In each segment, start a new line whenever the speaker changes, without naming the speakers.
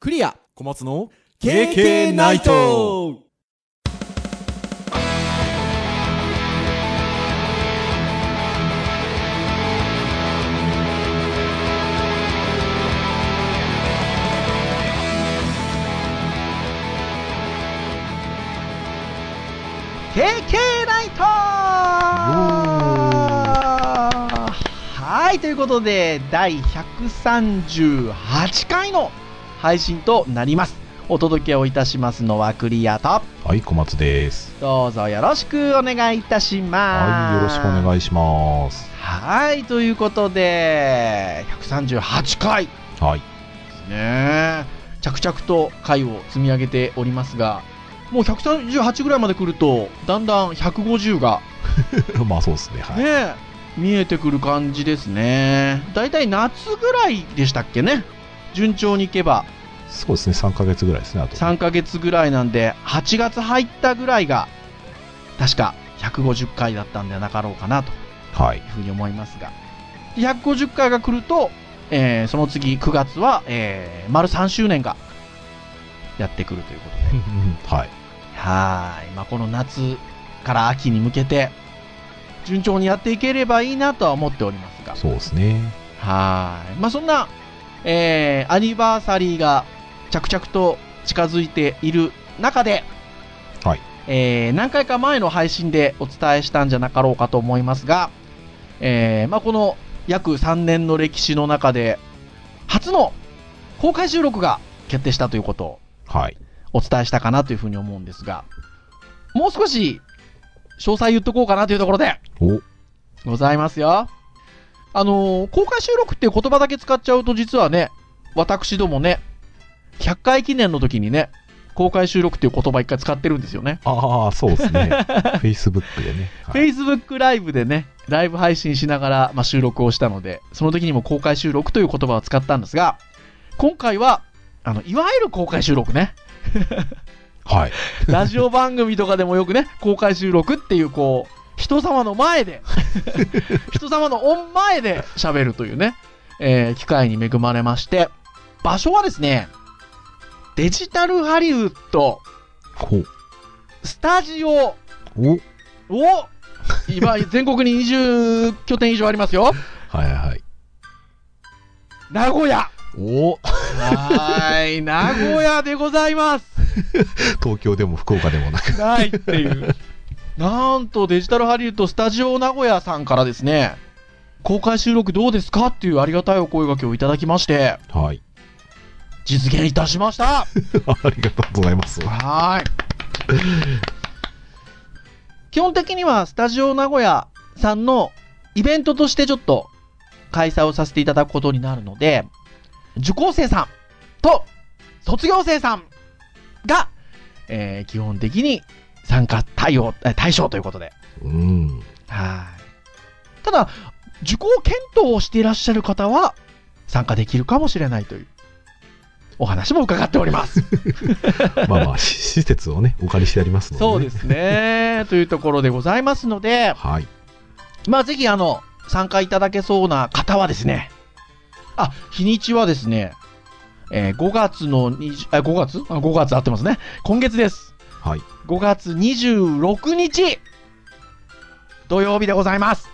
クリア
小松の
KK ナイト
はい、ということで、第138回の配信となります。お届けをいたしますのはクリアと、
はい、小松です。
どうぞよろしくお願いいたし
はい、
ま
よろ
す。
しくお
い。
願いします。
はい、ということで、138回で
はい、
すね。着々と回を積み上げておりますが、もう138ぐらいまで来ると、だんだん150が
まあそうですね。はい。
ね、見えてくる感じですね。だいたい夏ぐらいでしたっけね。順調にいけば
そうですね、3ヶ月ぐらいですね、あと。
3ヶ月ぐらいなんで、8月入ったぐらいが、確か150回だったんではなかろうかなとい
はい。
うふうに思いますが。で150回が来ると、えーその次9月は、えー丸3周年がやってくるということで。
うんうんはい。
はーい。まあ、この夏から秋に向けて、順調にやっていければいいなとは思っておりますが。
そうですね。
はーい。まあ、そんな、えー、アニバーサリーが着々と近づいている中で、
はい。
えー、何回か前の配信でお伝えしたんじゃなかろうかと思いますが、えー、まあ、この約3年の歴史の中で、初の公開収録が決定したということを
はい。
お伝えしたかなというふうに思うんですが、もう少し詳細言っとこうかなというところで、
お、
ございますよ。あのー公開収録っていう言葉だけ使っちゃうと実はね、私どもね、100回記念の時にね、公開収録っていう言葉一回使ってるんですよね。
ああ、そうです ね。Facebook でね。はい、
Facebook ライブでね、ライブ配信しながら、まあ、収録をしたので、その時にも公開収録という言葉を使ったんですが、今回は、あの、いわゆる公開収録ね。
はい。
ラジオ番組とかでもよくね、公開収録っていう、こう、人様の前 で、人様のオン前で喋るというね、えー機会に恵まれまして、場所はですね、デジタルハリウッド
こう。
スタジオを、
お、はい
今、全国に20拠点以上ありますよ。
はいはい。
名古屋。
お、
はーい、 名古屋でございます。
東京でも福岡でもなく。
ないっていう。なんとデジタルハリウッドスタジオ名古屋さんからですね、公開収録どうですかっていうありがたいお声掛けをいただきまして、
はい。
実現いたしました
ありがとうございます。は
はーい。基本的にはスタジオ名古屋さんのイベントとしてちょっと開催をさせていただくことになるので、受講生さんと卒業生さんが、えー基本的に参加対応、えー対象ということで。
うん。
はい。ただ、受講検討をしていらっしゃる方は参加できるかもしれないというお話も伺っております。
まあまあ、し 施設をね、お借りしてありますので、ね。
そうで。すね。 というところでございますので、
はい。
まあ、ぜひ、あの、参加いただけそうな方はですね、あ、日にちはですね、えー5月の20、え、5月あ ?5 月合ってますね。今月です。
はい。
5月26日、土曜日でございます。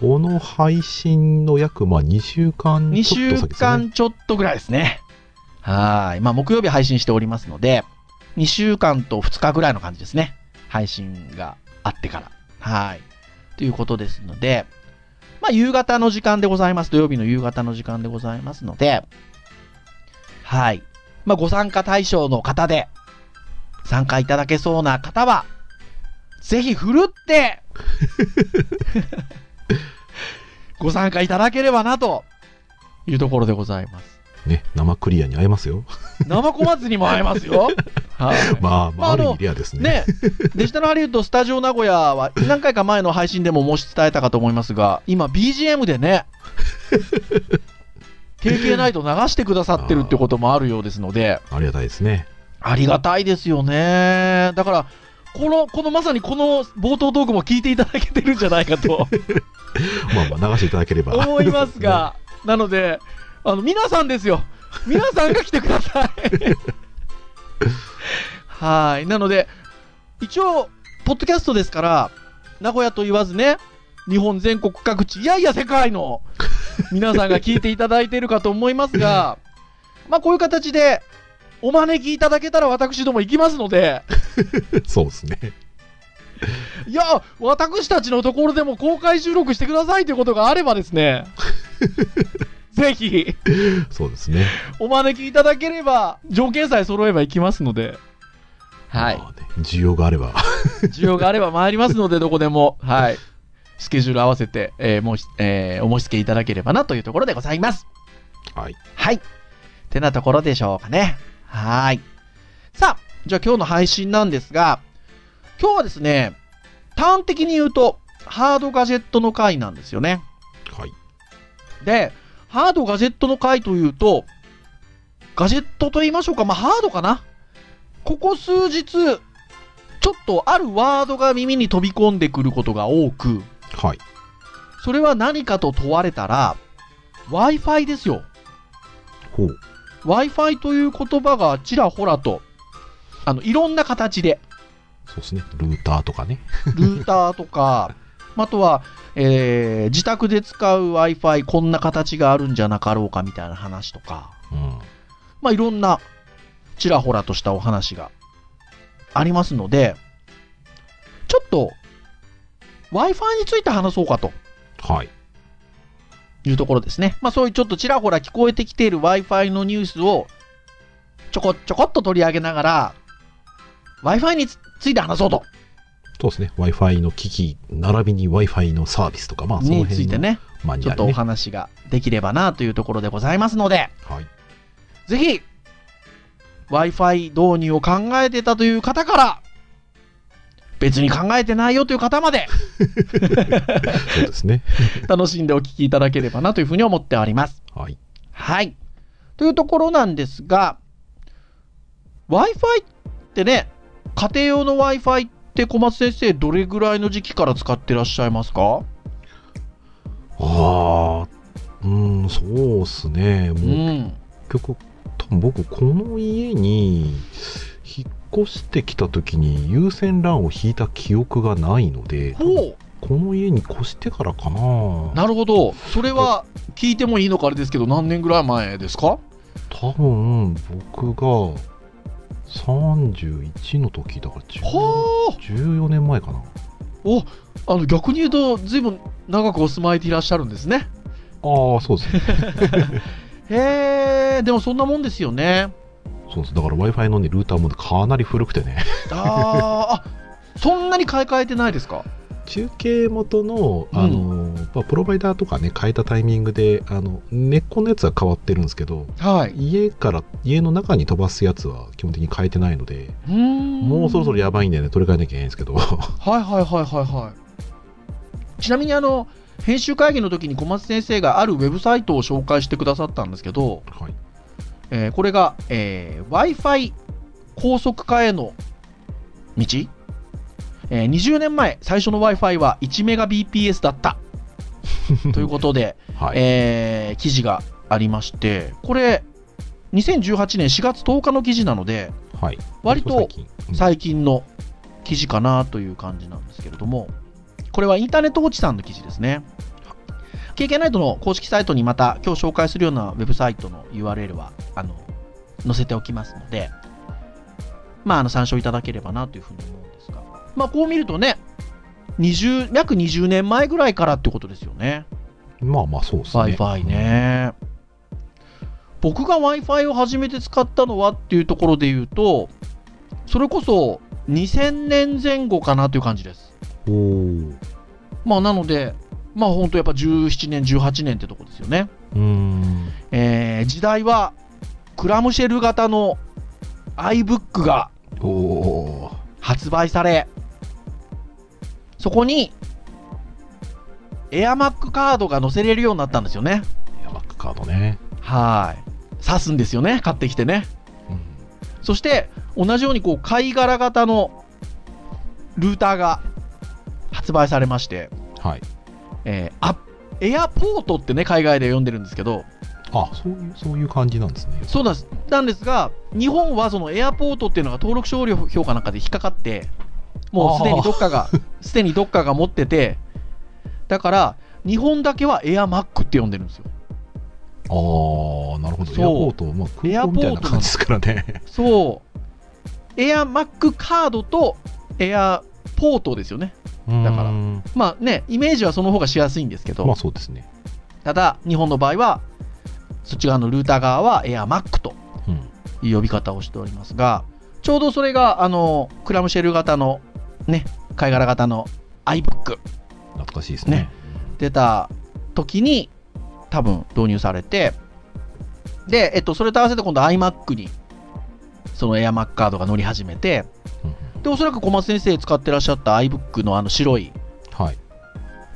この配信の約、まあ、2週間
2
ちょっと先
週
ですね。
間ちょっとぐらいですね。はーい。まあ、木曜日配信しておりますので、2週間と2日ぐらいの感じですね。配信があってから。はーい。ということですので、まあ、夕方の時間でございます。土曜日の夕方の時間でございますので、はい。まあ、ご参加対象の方で、参加いただけそうな方は、ぜひふる って、ご参加いただければな、というところでございます。
ね、生クリアに会えますよ。
生小松にも会えますよ。 はい。
まあ、ま
まあ
あ、
あ
あ
の
る意味レアですね。
ね、デジタルハリウッドスタジオ名古屋は何回か前の配信でも申し伝えたかと思いますが、今 BGM で ね、KK ナイト流してくださってるってこともあるようですので、
ありがたいですね。
ありがたいですよね。だから、この、このまさにこの冒頭トークも聞いていただけてるんじゃないかと
まあまあ、流していただければ。
思いますが、なので、あの、皆さんですよ。皆さんが来てください。 はい。なので、一応、ポッドキャストですから、名古屋と言わずね、日本全国各地、いやいや世界の皆さんが聞いていただいているかと思いま すが、まあこういう形でお招きいただけたら私ども行きますので、
そうですね。
いや、私たちのところでも公開収録してくださいということがあればで すね、ぜひ
そうですね。
お招きいただければ、条件さえ揃えば行きますので、はい。
まあね需要があれば。
需要があれば参りますので、どこでも、はい。スケジュール合わせて、えーもうし、えーお申し付けいただければなというところでございます。
はい。
はい。ってなところでしょうかね。はーい。さあ、じゃあ今日の配信なんですが、今日はですね、端的に言うと、ハードガジェットの回なんですよね。
はい。
で、ハードガジェットの回というと、ガジェットと言いましょうか、まあハードかな。ここ数日、ちょっとあるワードが耳に飛び込んでくることが多く、
はい。
それは何かと問われたら、Wi-Fi ですよ。
ほう。
Wi-Fi という言葉がちらほらと、あの、いろんな形で、
そうですね。ルーターとかね。
ルーターとか、あとは、えー自宅で使う Wi-Fi、こんな形があるんじゃなかろうかみたいな話とか、
うん。
まあ、いろんな、ちらほらとしたお話がありますので、ちょっと、Wi-Fi について話そうかと
はい。
いうところですね。まあ、そういうちょっとちらほら聞こえてきている Wi-Fi のニュースを、ちょこちょこっと取り上げながら、Wi-Fi につついて話そうと。
そうですね。Wi-Fi の機器、並びに Wi-Fi のサービスとか、まあ、その
に
辺の
ついてね、
マニュ
ちょ
ア
っと
ル
お
ね。
話ができればなというところでございますので、
はい。
ぜひ、Wi-Fi 導入を考えてたという方から、別に考えてないよという方まで、
そうですね。
楽しんでお聞きいただければなというふうに思っております。
はい。
はい。というところなんですが、Wi-Fi ってね、家庭用の Wi-Fi って小松先生、どれぐらいの時期から使ってらっしゃいますか
ああ、うん、そうですね。
う。
もうん結局、多分僕、この家に引っ越してきた時に優先 LAN を引いた記憶がないので、
ほ
この家に越してからかな
う。なるほど。それは聞いてもいいのかあれですけど、何年ぐらい前ですか
多分、僕が31の時だから10
は
14年前かな。
ああの逆に言うと随分長くお住まいでいらっしゃるんですね
ああ、そうですね。
へえでもそんなもんです よね
そうです。だから Wi-Fi のね、ルーターもねかなり古くてね。
あーあそんなに買い替えてないですか
中継元の
うん
あの、まあ、プロバイダーとかね変えたタイミングであの根っこのやつは変わってるんですけど
はい
家から家の中に飛ばすやつは基本的に変えてないので、も
も
うそろそろ
や
やばいんだよね取り替えなきゃいけないんですけどは
はいはいはいはいはいちなみにあの編集会議の時に小松先生があるウェブサイトを紹介してくださったんですけど、
い
えーこれが、え w i f i 高速化への道、えー20年前最初の w i f i は 1Mbps だった ということで、
はい、
えー記事がありましてこれ2018年4月10日の記事なので
はい
割
最
と
近うん
最近の記事かなという感じなんですけれども、これはインターネットウォッチさんの記事ですね。KK ナイトの公式サイトにまた今日紹介するようなウェブサイトの URL はあの載せておきますので、まあ、あの参照いただければなというふうに思うんですが、まあ、こう見るとね、20約20年前ぐらいからってことですよね。
まあまあそうですね
Wi-Fi ね。僕が Wi-Fi を初めて使ったのはっていうところで言うと、それこそ2000年前後かなという感じです。
おー
まあなので、まあ本当やっぱ17年、18年ってとこですよね。
うーん
えー時代はクラムシェル型の iBook が
おお
発売され、そこに AirMac カードが載せれるようになったんですよね。
ヤマックカードね、
はい。刺すんですよね、買ってきてね。
うん、
そして同じようにこう貝殻型のルーターが発売されまして、
はい
えーあエアポートってね海外で呼んでるんですけど
あそういうそういう感じなんですね
そうなんですなんですが、日本はそのエアポートっていうのが登録商量評価なんかで引っかかって、もうすでにどっかが、すでにどっかが持ってて、だから、日本だけはエアマックって呼んでるんですよ。
ああなるほどエ
そう
アポート、まあ、空港みたいな感じですからね
そう、エアマックカードとエアポートですよね。だから
うーん
まあね、イメージはその方がしやすいんですけど、
まあそうですね
ただ、日本の場合は、そっち側のルーター側はエアマックと
うん
いう呼び方をしておりますが、ちょうどそれが、あの、クラムシェル型の、ね、貝殻型の iBook
懐かしいですね
ね出た時に、多分導入されて、で、えっと、それと合わせて今度 iMac に、そのエアマックカードが乗り始めて、
うんうん
で、おそらく小松先生使ってらっしゃった iBook のあの白い
はい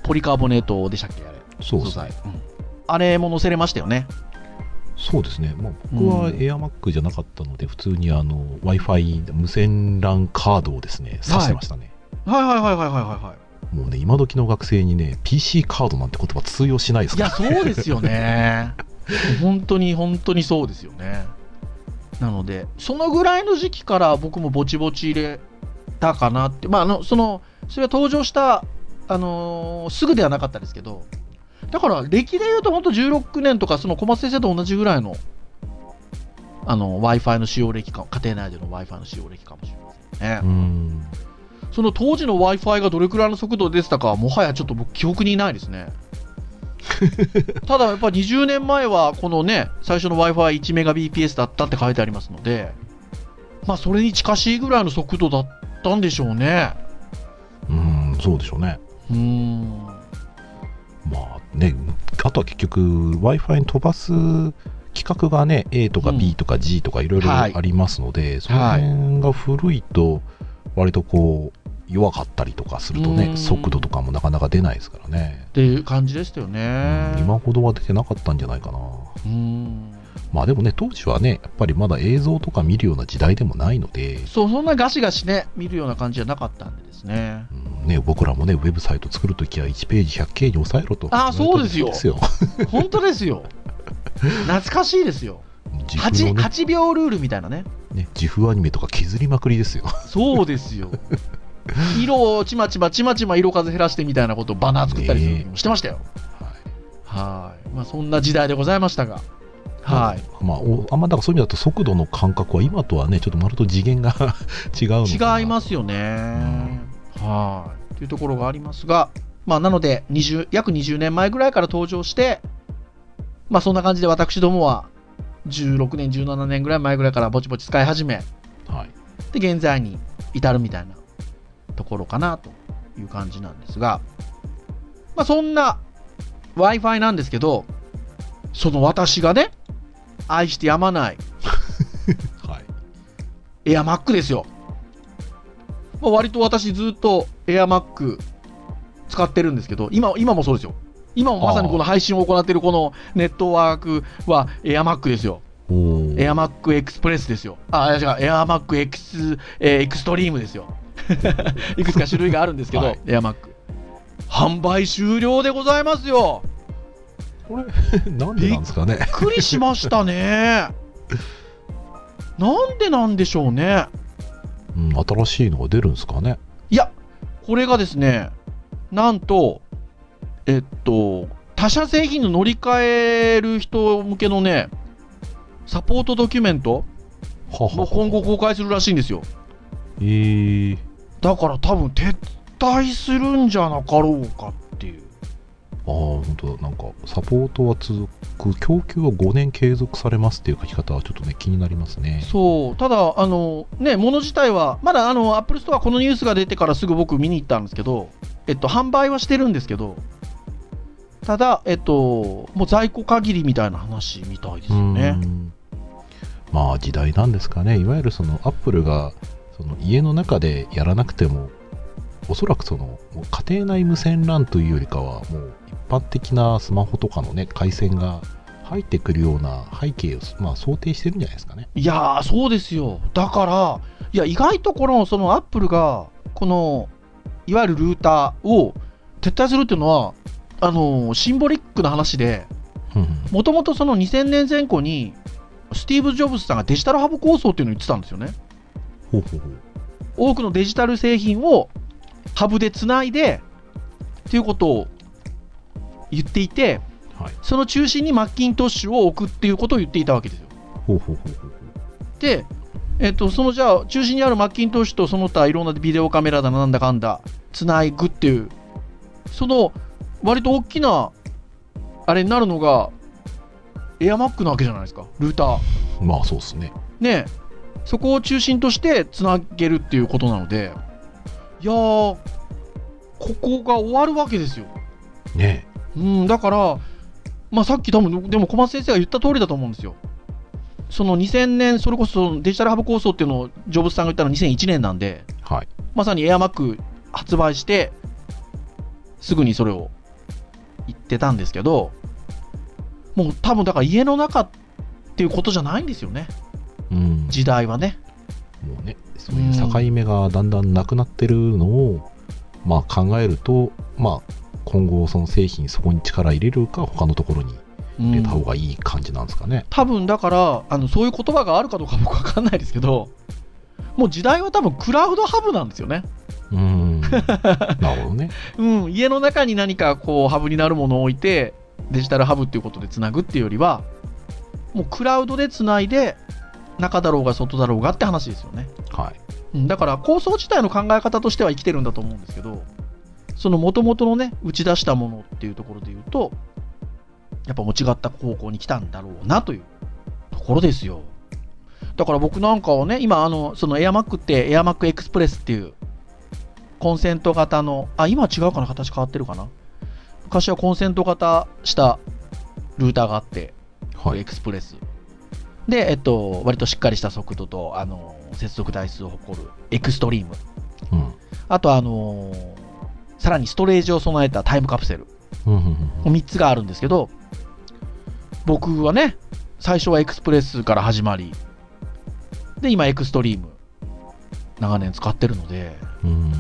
ポリカーボネートでしたっけあれ。
そうです
素材
ね。
うんあれも載せれましたよね。
そうですね、まあ、僕は
うん
エアマックじゃなかったので、普通にあの w i f i 無線 LAN カードをですね挿してましたね、
はいはいはいはいはいは
もうね今時の学生にね PC カードなんて言葉通用しないです
い。い
か
や、
ら
そうですよ ね。本当に本当にそうですよね。なので、そのぐらいの時期から僕もぼちぼち入れたかなって、まあ、あの、その、それは登場した、あのーすぐではなかったですけど、だから歴で言うと本当16年とか、その小松先生と同じぐらいの、あの、Wi-Fi の使用歴か、家庭内での Wi-Fi の使用歴かもしれませんね。
うーん
その当時の Wi-Fi がどれくらいの速度でしたかはもはやちょっと僕記憶にないで すねただやっぱ20年前はこのね最初の Wi-Fi1Mbps だったって書いてありますのでまあそれに近しいぐらいの速度だったんでしょうね
うーんそうでしょうね
うーんは
まあねあとは結局 w i f i に飛ばす規格がね A とか
うん
B とか G とかいろいろ
は
あ
い
りますので、その辺が古いと割とこう弱かったりとかすると
う
ね
ん
速度とかもなかなか出ないですからね
っていう感じでしたよね
うん今ほどは出てなかったんじゃないかな
うーん
まあでもね当時はねやっぱりまだ映像とか見るような時代でもないので、
そうそんなガシガシね見るような感じじゃなかったんでで すね
うんね、僕らもねウェブサイト作るときは1ページ 100K に抑えろと
あーそうですよ
ですよ
本当ですよ懐かしいですよ
自負
8,
のね
8秒ルールみたいなね
ね自負アニメとか削りまくりですよ
そうですよ。色をちまちまちまちま色数減らしてみたいなことをバナー作ったりする時もしてましたよ。はい。まあそんな時代でございましたが。はい。
まあ、おあんまだからそういう意味だと速度の感覚は今とはねちょっとまると次元が 違うのかな
違いますよね。はい。というところがありますが、まあなので20、約20年前ぐらいから登場して、まあそんな感じで私どもは16年、17年ぐらい前ぐらいからぼちぼち使い始め、
はい、
で現在に至るみたいなところかなという感じなんですが、まあ、そんな w i f i なんですけどその私がね愛してやまない
はい、
エアマックですよ、まあ、割と私ずっとエアマック使ってるんですけど今今もそうですよ今もまさにこの配信を行っているこのネットワークはエアマックですよ
おー
エアマックエクスプレスですよ。あ、違う、エアマックエクス、えーエクストリームですよ。 いくつか種類があるんですけど、
はい
エアマック。販売終了でございますよ。
これなんでなんですかね
びっくりしましたね。 なんでなんでしょうね。
うん新しいのが出るんですかね
いや、これがですね、なんと、えっと、他社製品の乗り換える人向けのね、サポートドキュメント
はは
も
は
今後公開するらしいんですよ。
えー、
だから多分撤退するんじゃなかろうかっていう
ああ、本当だ。なんか、サポートは続く、供給は5年継続されますっていう書き方はちょっとね、気になりますね。
そうただあのね物自体はまだあのアップルストアこのニュースが出てからすぐ僕見に行ったんですけどえっと販売はしてるんですけどただえっともう在庫限りみたいな話みたいですよね
んまあ、時代なんですかね。いわゆるその、アップルが、その、家の中でやらなくても、おそらくその、もう家庭内無線 LAN というよりかは、もう、一般的なスマホとかのね、回線が入ってくるような背景を、まあ、想定してるんじゃないですかね。
いやーそうですよだからいや意外とこのそのアップルがこのいわゆるルーターを撤退するっていうのはあのシンボリックな話で
うんうん
もともとその2000年前後にスティーブ・ジョブズさんがデジタルハブ構想っていうのを言ってたんですよね
ほうほうほう
多くのデジタル製品をハブでつないでっていうことを言っていて
はい
その中心にマッキントッシュを置くっていうことを言っていたわけですよ
ほうほうほうほうほう
で、えっと、そのじゃあ中心にあるマッキントッシュとその他いろんなビデオカメラだなんだかんだつないぐっていうその割と大きなあれになるのがエアマックなわけじゃないですかルーター
まあそうですね
ねそこを中心としてつなげるっていうことなのでいやーここが終わるわけですよ、
ね
うん、だから、まあ、さっき多分でも小松先生が言った通りだと思うんですよその2000年それこそデジタルハブ構想っていうのをジョブズさんが言ったのは2001年なんで
えはい
まさにエアマック発売してすぐにそれを言ってたんですけどもう多分だから家の中っていうことじゃないんですよね
うん
時代はね
もうねそういう境目がだんだんなくなってるのを、まあ考えるとまあ今後その製品そこに力入れるか他のところに
うん
入れた方がいい感じなんですかね、
多分だからあのそういう言葉があるかどうか僕わかんないですけどもう時代は多分クラウドハブなんですよね、
うー んなるほどね
うん、家の中に何かこうハブになるものを置いてデジタルハブっていうことでつなぐっていうよりはもうクラウドでつないで中だろうが外だろうがって話ですよね、
はい
うん、だから構想自体の考え方としては生きてるんだと思うんですけどその元々のね打ち出したものっていうところで言うとやっぱもう違った方向に来たんだろうなというところですよだから僕なんかはね今あのそのエアマックってエアマックエクスプレスっていうコンセント型のあ今は違うかな形変わってるかな昔はコンセント型したルーターがあって
は
エ
い
クスプレス。で、えっと、割としっかりした速度と、あの、接続台数を誇るエクストリーム。
うん
あと、あのさらにストレージを備えたタイムカプセル。
うんうん
3つがあるんですけど、僕はね、最初はエクスプレスから始まり、で、今エクストリーム。長年使ってるので、
うんうん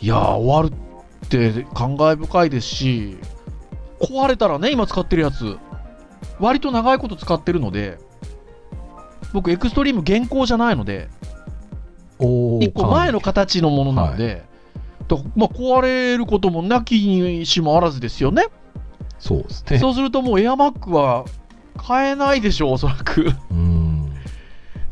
いやー、終わるって感慨深いですし、壊れたらね、今使ってるやつ、割と長いこと使ってるので、僕、エクストリーム現行じゃないので、
おー
1個前の形のものなので、だからまあ、壊れることもなきにしもあらずですよね。
そうですね
そうするともうエアマックは買えないでしょう、おそらく。
うーん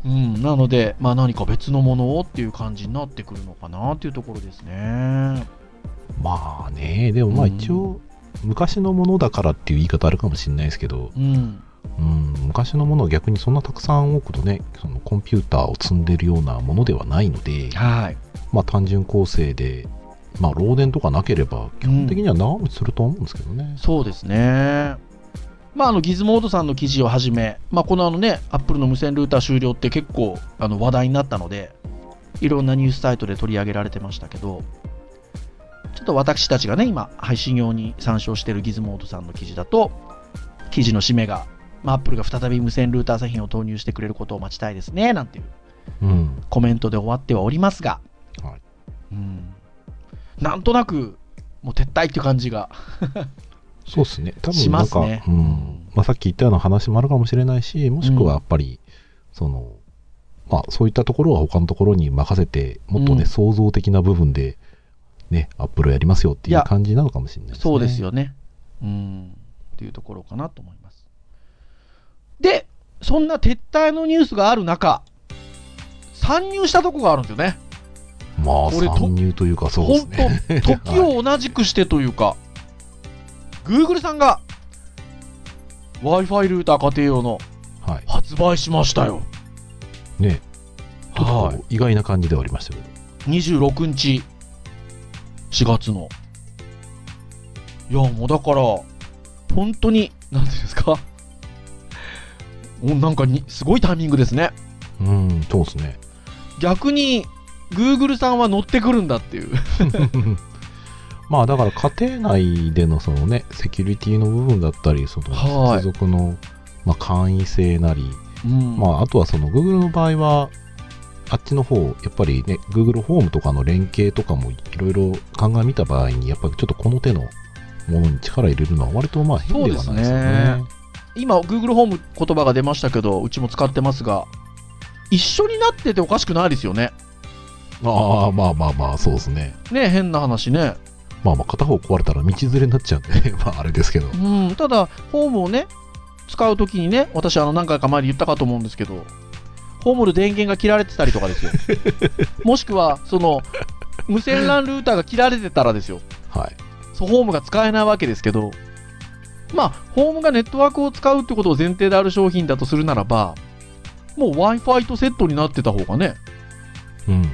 うん、なので、まあ、何か別のものをっていう感じになってくるのかなっていうところですね。
まあねでもまあ一応昔のものだからっていう言い方あるかもしれないですけど、
うん
うん、昔のものを逆にそんなたくさん多くとねそのコンピューターを積んでるようなものではないので、
はい
まあ、単純構成で、まあ、漏電とかなければ基本的には長持ちすると思うんですけどね、
そうですね。まあ、あのギズモードさんの記事をはじめ、まあ、このあの、ね、アップルの無線ルーター終了って結構あの話題になったので、いろんなニュースサイトで取り上げられてましたけど、ちょっと私たちがね、今、配信用に参照しているギズモードさんの記事だと、記事の締めが、まあ、アップルが再び無線ルーター製品を投入してくれることを待ちたいですね、なんていう
うん
コメントで終わってはおりますが、
はい
うん、なんとなく、もう撤退っていう感じが
そうですね多
し
分な
ま
ん
す
か、
ね
うんまあ、さっき言ったような話もあるかもしれないしもしくはやっぱり、そのまあ、そういったところは他のところに任せてもっとね、
うん
創造的な部分でねアップルやりますよって
い
いう
や
感じなのかもしれないですね
そうですよね。うん。っていうところかなと思います。で、そんな撤退のニュースがある中、参入したとこがあるんですよね。
まあ
これと
参入というかそうですね
本当、時を同じくしてというか、Google さんが Wi-Fi ルーター家庭用の
はい
発売しましたよ。
ねちょっとこ
は
う意外な感じではありましたけど
い。26日、4月の。いや、もうだから、本当に、なんていうんですか。おなんかに、すごいタイミングですね。
うんそうです ね
逆に、Google さんは乗ってくるんだっていう。
まあだから家庭内でのそのねセキュリティの部分だったりそ
は
の
い
接続の、まあ、簡易性なり、
うん
まあ、あとはその Google の場合はあっちの方やっぱりね Google ホームとかの連携とかもいろいろ鑑みた場合にやっぱりちょっとこの手のものに力入れるのは割とまあ変ではないですよ
そうです
ね
ね今、Google ホーム言葉が出ましたけど、うちも使ってますが、一緒になってておかしくないですよね。
ああ、まあまあまあ、そうですね。
ね変な話ね。
まあまあ、片方壊れたら道連れになっちゃうんで、 ね、まああれですけど。
うん、ただ、ホームをね、使うときにね、私、あの、何回か前に言ったかと思うんですけど、ホームの電源が切られてたりとかですよ。もしくは、その、無線 LAN ルーターが切られてたらですよ。
はい。
そうホームが使えないわけですけど、まあ、ホームがネットワークを使うってことを前提である商品だとするならば、もう Wi-Fi とセットになってた方がね、
うん。
っ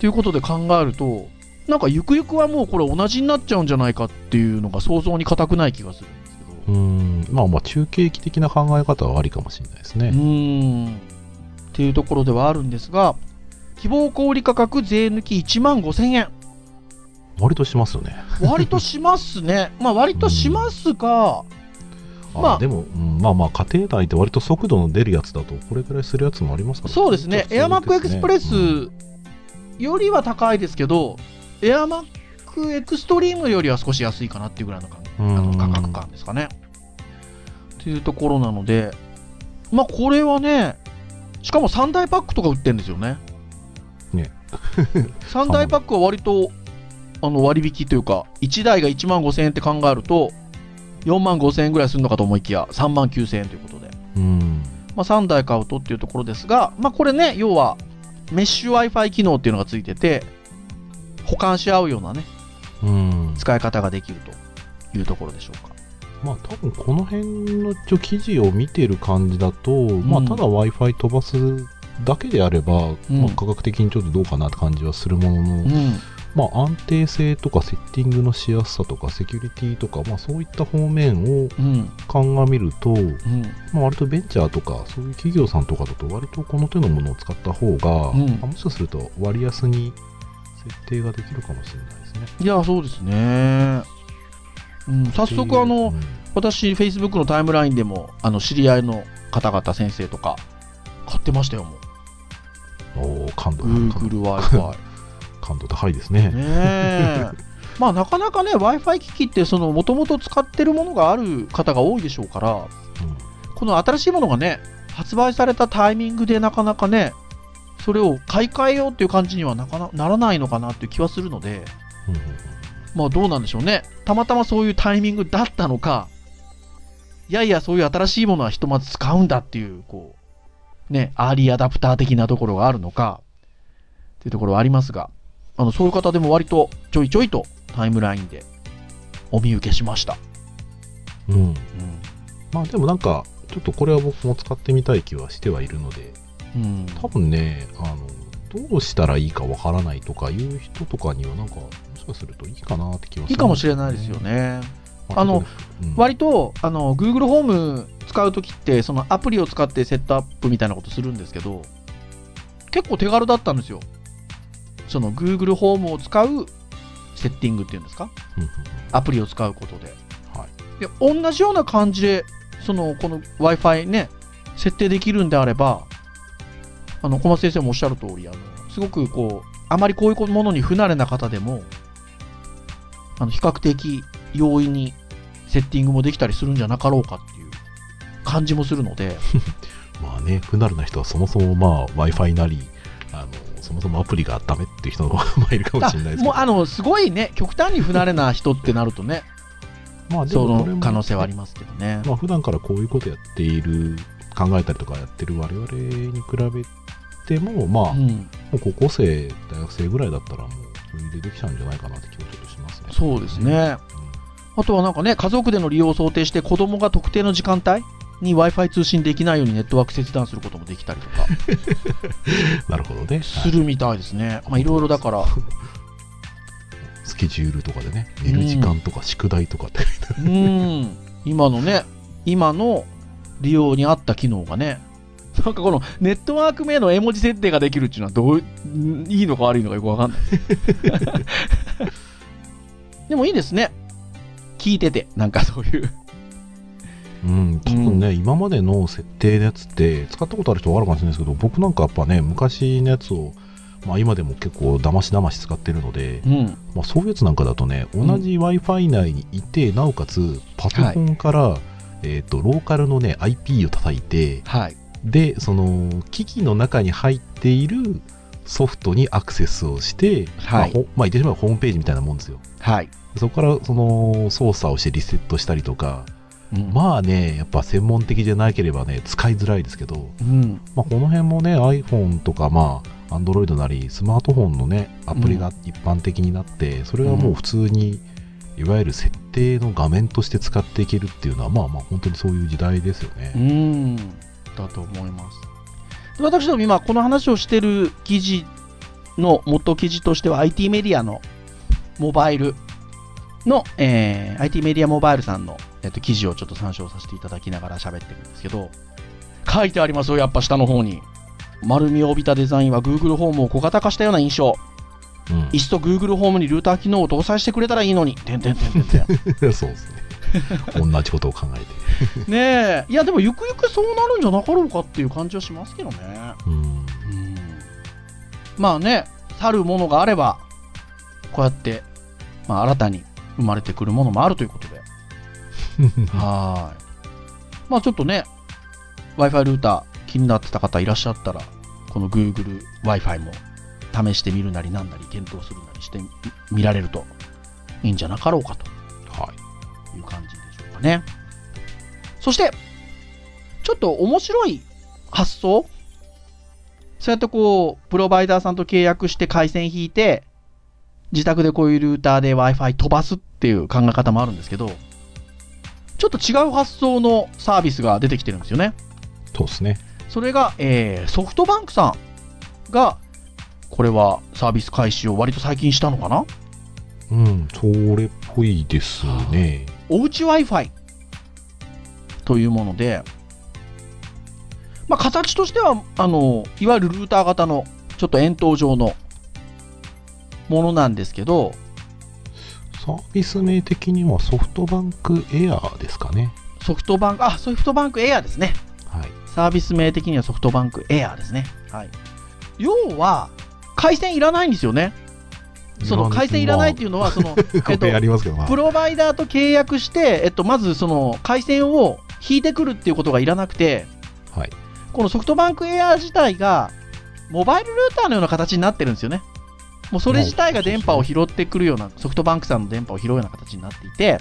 ていうことで考えると、なんかゆくゆくはもうこれ同じになっちゃうんじゃないかっていうのが想像に固くない気がするんですけど。
うーん。まあまあ、中継機的な考え方はありかもしれないです
う
ね。
ーん。っていうところではあるんですが、希望小売価格税抜き1万5000円。
割としますよね。
割としますね。まあ割としますが、
あ
まあ
でも、うんまあまあ、家庭内って割と速度の出るやつだと、これぐらいするやつもありますから
そうですね。エアマックエクスプレス
うん
よりは高いですけど、エアマックエクストリームよりは少し安いかなっていうぐらいの感
う
あ
ん
の価格感ですかね。っていうところなので、まあこれはね、しかも3大パックとか売ってるんですよね。
ね
3大パックは割とあの割引というか、1台が1万5000円って考えると、4万5000円ぐらいするのかと思いきや、3万9000円ということで。
うん。
まあ、3台買うとっていうところですが、まあ、これね、要はメッシュ Wi-Fi 機能っていうのがついてて、保管し合うようなね、
うん。
使い方ができるというところでしょうか。
まあ多分この辺のちょ記事を見てる感じだと、まあただ w i f i 飛ばすだけであれば、
うん
まあ、価格的にちょっとどうかなって感じはするものの、
うん、
まあ、安定性とかセッティングのしやすさとかセキュリティとか、まあ、そういった方面を
うん、
鑑みると、
うん。
まあ、割とベンチャーとかそういう企業さんとかだと割とこの手のものを使った方が、
うん
まあもしかすると割安に設定ができるかもしれないですね。
いや、そうですね。うん、早速、あの、私、Facebook のタイムラインでも、あの、知り合いの方々、先生とか、買ってましたよ、もう。
うん、おー感度感度
Google Wi-Fi。
感度高いですね。
ねえ。まあ、なかなかね、Wi-Fi 機器って、その、もともと使ってるものがある方が多いでしょうから、
うん
この新しいものがね、発売されたタイミングでなかなかね、それを買い替えようっていう感じにはなかなならないのかなっていう気はするので、
うんうんうん
まあどうなんでしょうね。たまたまそういうタイミングだったのか、いやいや、そういう新しいものはひとまず使うんだっていう、こう、ね、アーリーアダプター的なところがあるのか、っていうところはありますが、あの、そういう方でも割とちょいちょいとタイムラインでお見受けしました。
うん
う
まあでもなんかちょっとこれは僕も使ってみたい気はしてはいるので
ん。うん。
多分ねあのどうしたらいいかわからないとかいう人とかにはなんかもしかするといいかなって気はするんですよね、
いいかもしれないですよね。
ま
あ
ち
の
ょっとうん
割とあの Google ホーム使うときってそのアプリを使ってセットアップみたいなことするんですけど結構手軽だったんですよその Google ホームを使うセッティングっていうんですか
うんうん
アプリを使うことで,、
は
で同じような感じでそのこの w i f i ね設定できるんであればあの小松先生もおっしゃる通りあのすごくこうあまりこういうものに不慣れな方でもあの比較的容易にセッティングもできたりするんじゃなかろうかっていう感じもするので、
まあね不慣れな人はそもそもまあ w i f i なりあのそもそもアプリがダメっていう人の方が まあいるかも
あ
しれないですけ
もう
ど
あのすごいね、極端に不慣れな人ってなるとね、
ま あで
そ
もこれ
の
も
可能性はありますけどね。
まあ普段からこういうことやっている考えたりとかやってる我々に比べてもまあ、
うん、
もう高校生、大学生ぐらいだったら、もう余裕でできちゃうんじゃないかなって気もちょっとしますね。
そうですね。あとはなんかね、家族での利用を想定して子供が特定の時間帯に Wi-Fi 通信できないようにネットワーク切断することもできたりとか
うん。なるほどね。
するみたいですね。まあいろいろだから、
スケジュールとかでね、
ん
寝る時間とか宿題とかって、
うん、今のね、今の利用に合った機能がね、なんかこのネットワーク名の絵文字設定ができるっていうのはどういいいのか悪いのかよくわかんない。でもいいですね。聞いてて、なんかそういう。
うん、多分ね、今までの設定のやつって、使ったことある人はあるかもしれないですけど、僕なんかやっぱね、昔のやつを、まあ今でも結構だましだまし使ってるので、
うん。
まあそういうやつなんかだとね、同じ Wi-Fi 内にいて、なおかつパソコンからえー、とローカルのね IP を叩いて
はい。
でその機器の中に入っているソフトにアクセスをして、
はい
まあほまあ、言ってしまえばホームページみたいなもんですよ
はい。
そこからその操作をしてリセットしたりとか
うん
まあねやっぱ専門的じゃなければね使いづらいですけど、
うん。
まあ、この辺もね iPhone とかまあ Android なりスマートフォンのねアプリが一般的になって、それはもう普通にいわゆる設定の画面として使っていけるっていうのはまあまあ本当にそういう時代ですよね、
うん。だと思います。で私ども今、この話をしてる記事の元記事としては、IT メディアのモバイルの、えー IT メディアモバイルさんの、えっと記事をちょっと参照させていただきながら喋ってるんですけど、書いてありますよ、やっぱ下の方に。丸みを帯びたデザインは Google ホームを小型化したような印象。
うん
いっそ Google ホームにルーター機能を搭載してくれたらいいのに。てんてんてんてんてん
そうですね。同じことを考えて。
ねえ。いや、でもゆくゆくそうなるんじゃなかろうかっていう感じはしますけどね。
うん。
うんまあね、去るものがあれば、こうやって、まあ、新たに生まれてくるものもあるということで。はーい。まあちょっとね、Wi-Fi ルーター気になってた方いらっしゃったら、この Google Wi-Fi も試してみるなりなんなり検討するなりしてみ見られるといいんじゃなかろうかと
はい。
いう感じでしょうかね。そして、ちょっと面白い発想そうやってこう、プロバイダーさんと契約して回線引いて、自宅でこういうルーターで Wi-Fi 飛ばすっていう考え方もあるんですけど、ちょっと違う発想のサービスが出てきてるんですよね。
そうですね。
それが、えーソフトバンクさんが、これはサービス開始を割と最近したのかな
うん。それっぽいですね。
おうち Wi-Fi というもので、まあ、形としてはあのいわゆるルーター型のちょっと円筒状のものなんですけど
サービス名的にはソフトバンクエアーですかね。
ソフトバンクあソフトバンクエアですね
はい。
サービス名的にはソフトバンクエアですね、はい、要は回線いらないんですよねその回線いらないっていうのはその、えっと
やりますけど、まあ
プロバイダーと契約して、えっと、まずその回線を引いてくるっていうことがいらなくて、
はい
このソフトバンクエア自体が、モバイルルーターのような形になってるんですよね。もうそれ自体が電波を拾ってくるような、ソフトバンクさんの電波を拾うような形になっていて、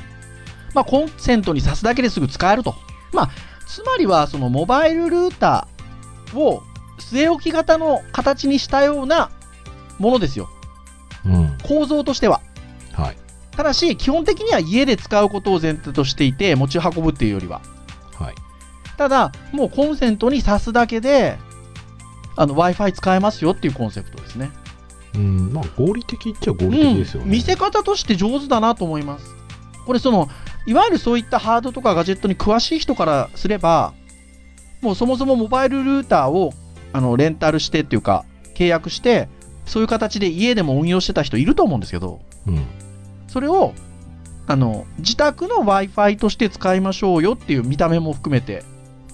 まあ、コンセントに挿すだけですぐ使えると。まあ、つまりは、そのモバイルルーターを据え置き型の形にしたようなものですよ。
うん。
構造としては。
はい。
ただし、基本的には家で使うことを前提としていて、持ち運ぶっていうよりは。
はい。
ただ、もうコンセントに挿すだけで、あの、Wi-Fi 使えますよっていうコンセプトですね。
うん。まあ、合理的っちゃ合理的ですよね。
うん見せ方として上手だなと思います。これ、その、いわゆるそういったハードとかガジェットに詳しい人からすれば、もうそもそもモバイルルーターを、あの、レンタルしてっていうか、契約して、そういう形で家でも運用してた人いると思うんですけど、
うん。
それをあの自宅の w i f i として使いましょうよっていう見た目も含めて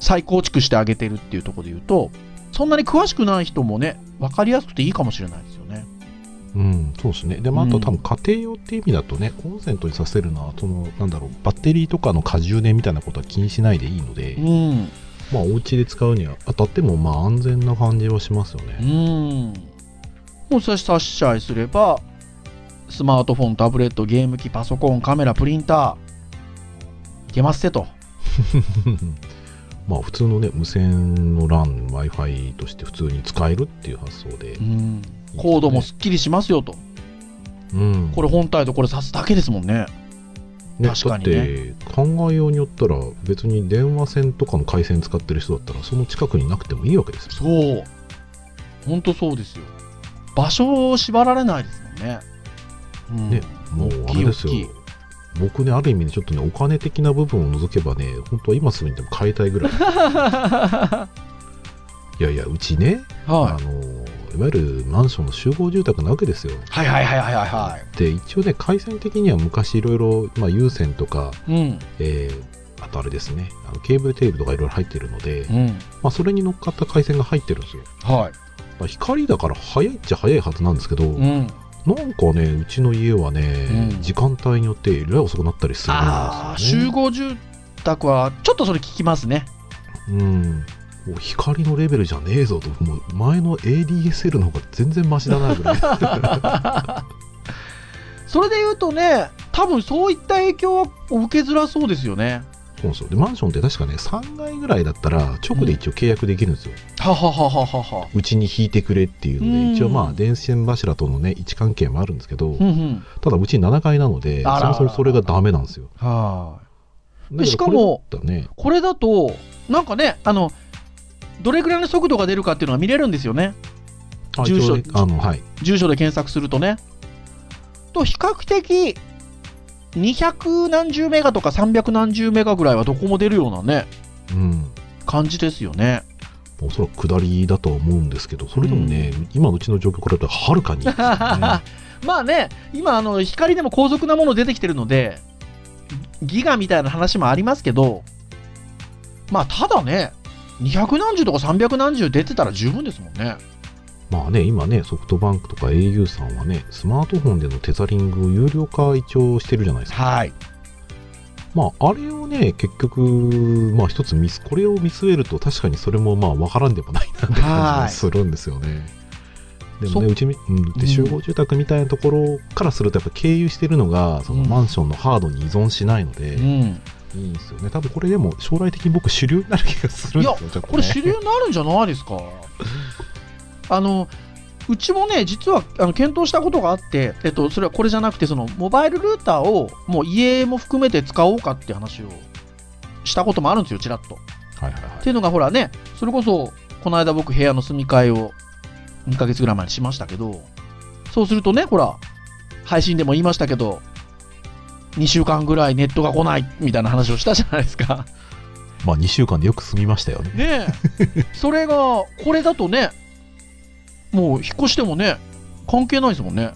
再構築してあげてるっていうところで言うとそんなに詳しくない人もね分かりやすくていいかもしれないですよね。
うん、そうですね。で、まあ、あ
う
と
ん
多分家庭用っていう意味だとね、コンセントにさせるのは、その、なんだろう、バッテリーとかの過充電みたいなことは気にしないでいいので、
うん、
まあ、お家で使うには当たっても、まあ、安全な感じはしますよ
う
ね。
ん、もう差し差しちゃいすればスマートフォンタブレットゲーム機パソコンカメラプリンターいけますせと。
まあ、普通のね、無線の LAN、Wi-Fi として普通に使えるっていう発想で。
うんコードもすっきりしますよと。
うん。
これ本体とこれ挿すだけですもんね。
ね、
確かにね
だって、考えようによったら、別に電話線とかの回線使ってる人だったら、その近くになくてもいいわけですよ。
そう。ほんとそうですよ。場所を縛られないですもんね。うん
ねもうあれですよ
大きい大きい
僕ねある意味ねちょっとねお金的な部分を除けばね本当は今すぐにでも買いたいぐ らいいやいやうちね、あ
は
のいわゆるマンションの集合住宅なわけですよ
い。はいはいはいはいはいは
で一応ね回線的には昔いろいろまあ有線とか、
い。うん。
えーあとあれですねあのケーブルテーブルとかいろいろ入ってるので、
うん。
まあ、それに乗っかった回線が入ってるんですよ
は
まあ光だから早いっちゃ早いはずなんですけど、
い。うん。
なんかねうちの家はね、
うん
時間帯によってえらい遅くなったりするんですよ、ね、
ああ、集合住タクは、ちょっとそれ聞きますね。
うん、もう光のレベルじゃねえぞともう前の ADSL の方が全然マシだな ぐらい
それで言うとね、多分そういった影響は受けづらそうですよね。
そうそうでマンションって確かね3階ぐらいだったら直で一応契約できるんですよ
はははははは。
うち、に引いてくれっていうので、
うん
一応まあ電線柱とのね位置関係もあるんですけど、
うんうん。
ただうち7階なので
あら
そもそもそれがダメなんですよ
はい。
だら
しか
これだ
も
ったらね
これだと、なんかね、あの、どれぐらいの速度が出るかっていうのが見れるんですよね。
あ
住所
一応ねあのはい
住所で検索するとね。と、比較的、200何十メガとか300何十メガぐらいはどこも出るようなね、
うん
感じですよね。
おそらく下りだとは思うんですけどそれでもね、今のうちの状況からだとはるか にいいですよね
まあね、今、あの、光でも高速なもの出てきてるので、ギガみたいな話もありますけど、まあ、ただね、200何十とか300何十出てたら十分ですもんね。
まあね、今ね、ソフトバンクとか au さんはね、スマートフォンでのテザリングを有料化一応してるじゃないですか。
はい。
まあ、あれをね、結局、まあ一つミス、これを見据えると確かにそれもまあわからんでもないなって感じ
は
も
い
するんですよね。で
そ
もね、うちみ、うん、
うん
で集合住宅みたいなところからするとやっぱ経由してるのが、その
うん
マンションのハードに依存しないので、い
うん。
いんですよね。多分これでも将来的に僕主流になる気がするんですよ、ちょっとね
これ主流になるんじゃないですかあのうちもね実はあの検討したことがあって、えっと、それはこれじゃなくてそのモバイルルーターをもう家も含めて使おうかって話をしたこともあるんですよちらっと。っ
はいはいはい。
ていうのがほらねそれこそこの間僕部屋の住み替えを2ヶ月ぐらい前にしましたけどそうするとねほら配信でも言いましたけど2週間ぐらいネットが来ないみたいな話をしたじゃないですか。
まあ2週間でよく済みましたよね。
ね えそれがこれだとねもう引っ越してもね関係ないですもんね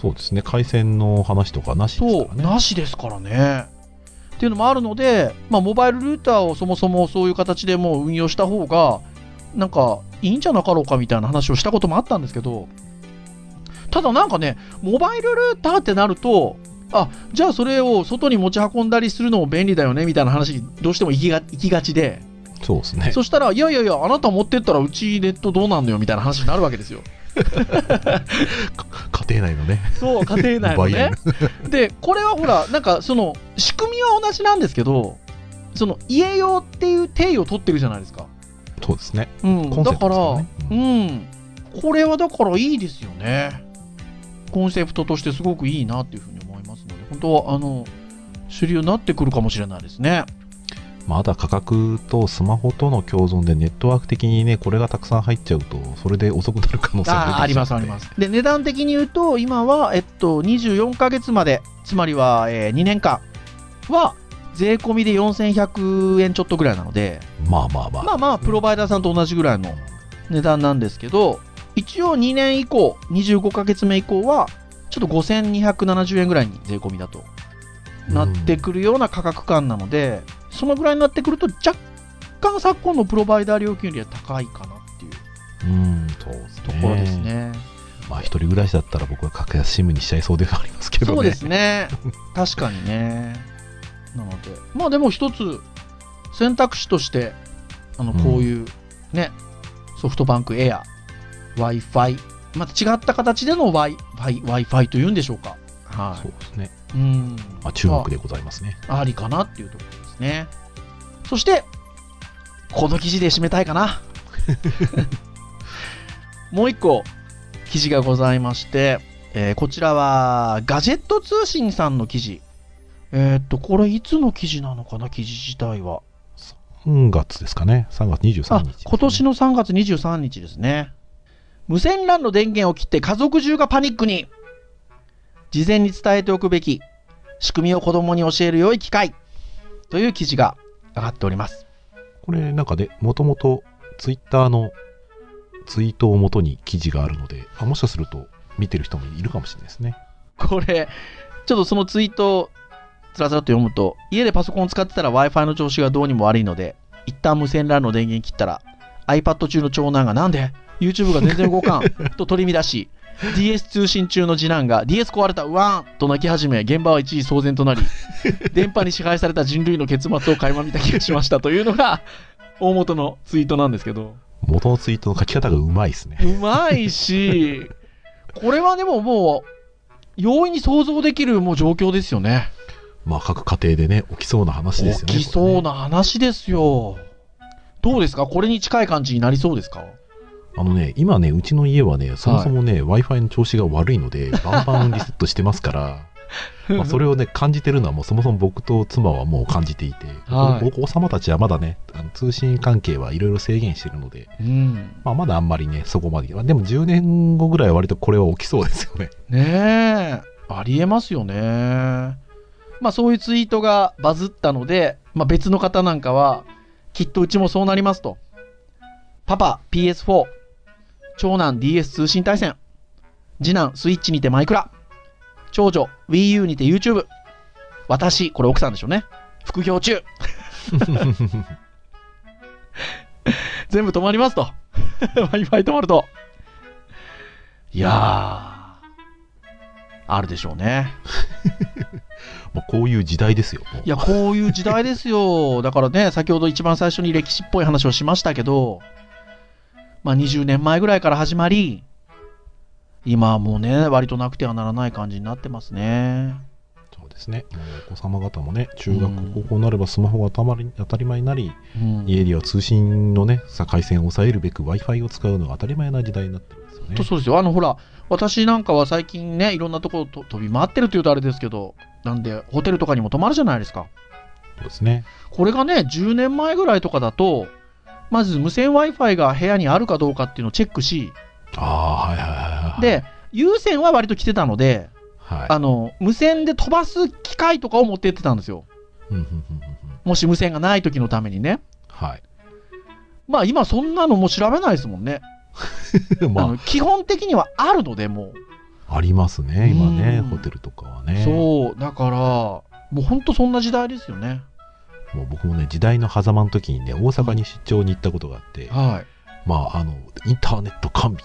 そうですね、回線の話とかなしです
そ
か
う
らね。
なしですからねっていうのもあるので、まあ、モバイルルーターをそもそもそういう形でもう運用した方がなんかいいんじゃなかろうかみたいな話をしたこともあったんですけどただなんかねモバイルルーターってなるとあじゃあそれを外に持ち運んだりするのも便利だよねみたいな話にどうしても行きが行きがちで
そうですね。
そしたら、いやいやいや、あなた持ってったらうちネットどうなんのよみたいな話になるわけですよ。
家庭内のね。
そう、家庭 内のね。で、これはほら、なんかその、仕組みは同じなんですけど、その家用っていう定義を取ってるじゃないですか。
そうですね。
うん、
コンセ
だ
プト
か
です
ら、
よね
うん、これはだからいいですよね。コンセプトとしてすごくいいなっていうふうに思いますので、本当は、あの、主流になってくるかもしれないですね。
まあ、あとは価格とスマホとの共存でネットワーク的にね、これがたくさん入っちゃうと、それで遅くなる可能性が出てきちゃうの
あ
で
ありますありま。すで値段的に言うと今は、えっと、24ヶ月までつまりは、え2年間は税込みで4100円ちょっとぐらいなので
まあまあまあ。
まあまあプロバイダーさんと同じぐらいの値段なんですけど一応2年以降25ヶ月目以降はちょっと5270円ぐらいに税込みだとなってくるような価格感なので、そのぐらいになってくると若干昨今のプロバイダー料金よりは高いかなっていう
うん、そうです
ところですね。
まあ、一人暮らしだったら僕は格安シムにしちゃいそうではありますけどね。
そうです ね確かにねなのでまあでも一つ選択肢としてあの
うん
こういうね、ソフトバンクエア w i f i また違った形での w i f i というんでしょうかは
そうですね。
いうん
まあ、中国でございますね。
あありかなっていうところですねそしてこの記事で締めたいかな もう一個記事がございまして、えーこちらはガジェット通信さんの記事えーっとこれいつの記事なのかな記事自体は
3月ですかね。3月23日ですね、
あ今年の3月23日ですね無線 LAN の電源を切って家族中がパニックに事前に伝えておくべき仕組みを子供に教える良い機会という記事が上がっております
これなんかねもともとツイッターのツイートをもとに記事があるのであもしかすると見てる人もいるかもしれないですね
これちょっとそのツイートをつらつらと読むと家でパソコンを使ってたら w i f i の調子がどうにも悪いので一旦無線 LAN の電源切ったら iPad 中の長男がなんで YouTube が全然動かんと取り乱し DS 通信中の次男が DS 壊れたうわーんと泣き始め現場は一時騒然となり電波に支配された人類の結末を垣間見た気がしましたというのが大元のツイートなんですけど
元のツイートの書き方がうまいですね。
うまいしこれはでももう容易に想像できるもう状況ですよね
まあ、各家庭でね、起きそうな話ですよね。
起きそう
こ
な話ですよ、どうですかこれに近い感じになりそうですか
れね。あのね、今ね、うちの家はね、そもそもね、Wi-Fi の調子が悪いの で、バンバンリセットしてますから、まあそれをね、感じてるのは、もうそもそも僕と妻はもう感じていて、
はい
僕お子様たちはまだね、あの通信関係はいろいろ制限してるので、
うん
まあ、まだあんまりね、そこまで。まあ、でも10年後ぐらいは割とこれは起きそうですよね。
ねえありえますよねまあそういうツイートがバズったので、まあ、別の方なんかはきっとうちもそうなりますとパパ PS4 長男 DS 通信対戦次男スイッチにてマイクラ長女 WiiU にて YouTube 私これ奥さんでしょうね副業中全部止まりますと Wi-Fi 止まるといやーあるでしょうね
もうこういう時代ですよ。もう
いや、こういう時代ですよ。 だからね、先ほど一番最初に歴史っぽい話をしましたけど、まあ20年前ぐらいから始まり、今はもうね、割となくてはならない感じになってますね。
そうですね。もうお子様方もね、中学、
うん
高校になればスマホがたまり当たり前になり、
うん。
家では通信のね、さ回線を抑えるべく Wi-Fi を使うのが当たり前な時代になってるんですよね
と。そうですよ。あの、ほら、私なんかは最近ね、いろんなところと飛び回ってるというとあれですけど、なんで、ホテルとかにも泊まるじゃないですか。
そうですね。
これがね、10年前ぐらいとかだと、まず無線 Wi-Fi が部屋にあるかどうかっていうのをチェックし、
ああ、はいはいはいはい。、
で、有線は割と来てたので、
はい。
あの無線で飛ばす機械とかを持って行ってたんですよ。
うんうんうんうんうん
もし無線がない時のためにね。
はい。
まあ今そんなのもう調べないですもんね。あ
ま
の基本的にはあるのでも
あ、ありますね、今ね、
うん
ホテルとかは
う。
ね。
そう、だから、もうほんとそんな時代ですよね。
もう僕もね、時代の狭間の時にね、大阪に出張に行ったことがあって、
はい。
まあ、あの、インターネット完備。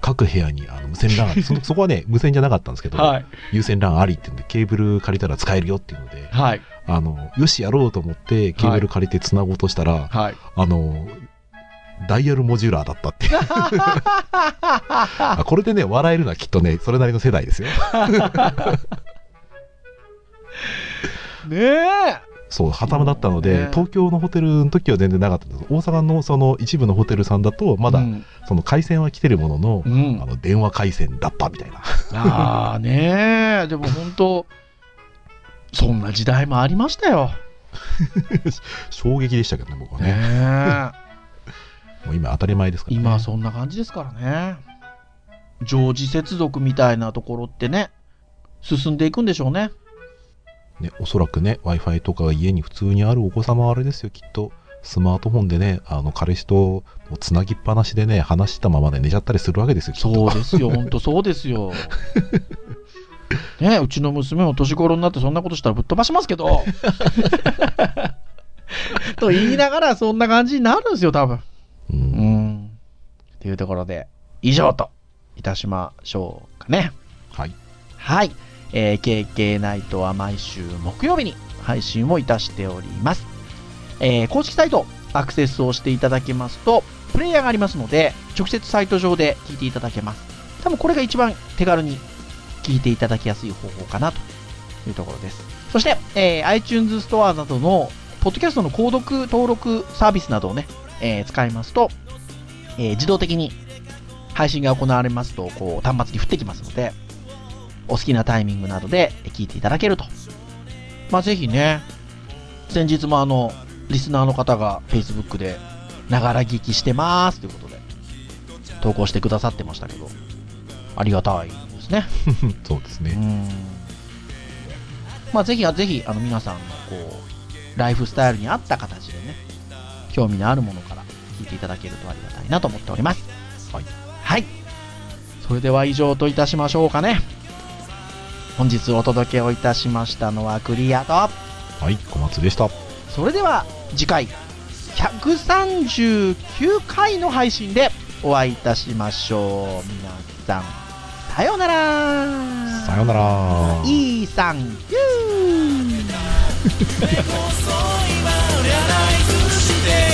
各部屋にあの無線 LAN ありそ の、そこはね、無線じゃなかったんですけど、
はい。
有線 LAN ありっていうんで、ケーブル借りたら使えるよっていうので、
はい。
あの、よし、やろうと思って、ケーブル借りて繋ごうとしたら、
はい。
あの、ダイヤルモジュラーだった っていう。あこれでね、笑えるのはきっとね、それなりの世代ですよ。
ねえ。
そう、旗間だったので、
ね
東京のホテルの時は全然なかったんです。大阪のその一部のホテルさんだと、まだ
うん。
その回線は来てるものの、
うん
あの電話回線だったみたいな。
ああねえ。でも本当そんな時代もありましたよ。
衝撃でしたけどね、僕はね。
ねえ。
もう今当たり前ですから、ね。
今はそんな感じですからね常時接続みたいなところってね進んでいくんでしょうね
ね、おそらくね、Wi-Fi とかが家に普通にあるお子様はあれですよ、きっと。スマートフォンでね、あの、彼氏ともうつなぎっぱなしでね、話したままで寝ちゃったりするわけですよ、きっと。
そうですよ本当そうですよねうちの娘も年頃になってそんなことしたらぶっ飛ばしますけど と言いながらそんな感じになるんですよ多分
う。
うんんというところで以上といたしましょうかね
はい。
はい、えー、KK ナイトは毎週木曜日に配信をいたしております、えー公式サイトアクセスをしていただけますとプレイヤーがありますので直接サイト上で聞いていただけます多分これが一番手軽に聞いていただきやすい方法かなというところですそして、えー iTunes ストアなどのポッドキャストの購読登録サービスなどをね、えー使いますと、えー自動的に配信が行われますとこう端末に降ってきますのでお好きなタイミングなどで聞いていただけると。まあ、ぜひね、先日もあの、リスナーの方が Facebook で、ながら聞きしてますということで、投稿してくださってましたけど、ありがたいですね。
そうです
う
ね。
ん。まあ、ぜひ、ぜひ、あの、皆さんの、こう、ライフスタイルに合った形でね、興味のあるものから聞いていただけるとありがたいなと思っております。
はい。
はい。それでは以上といたしましょうかね。本日お届けをいたしましたのはクリアと、
はい、小松でした。
それでは次回139回の配信でお会いいたしましょう。皆さん、さようなら。
さようなら。
イーサンキュー
目こそ今リャライズして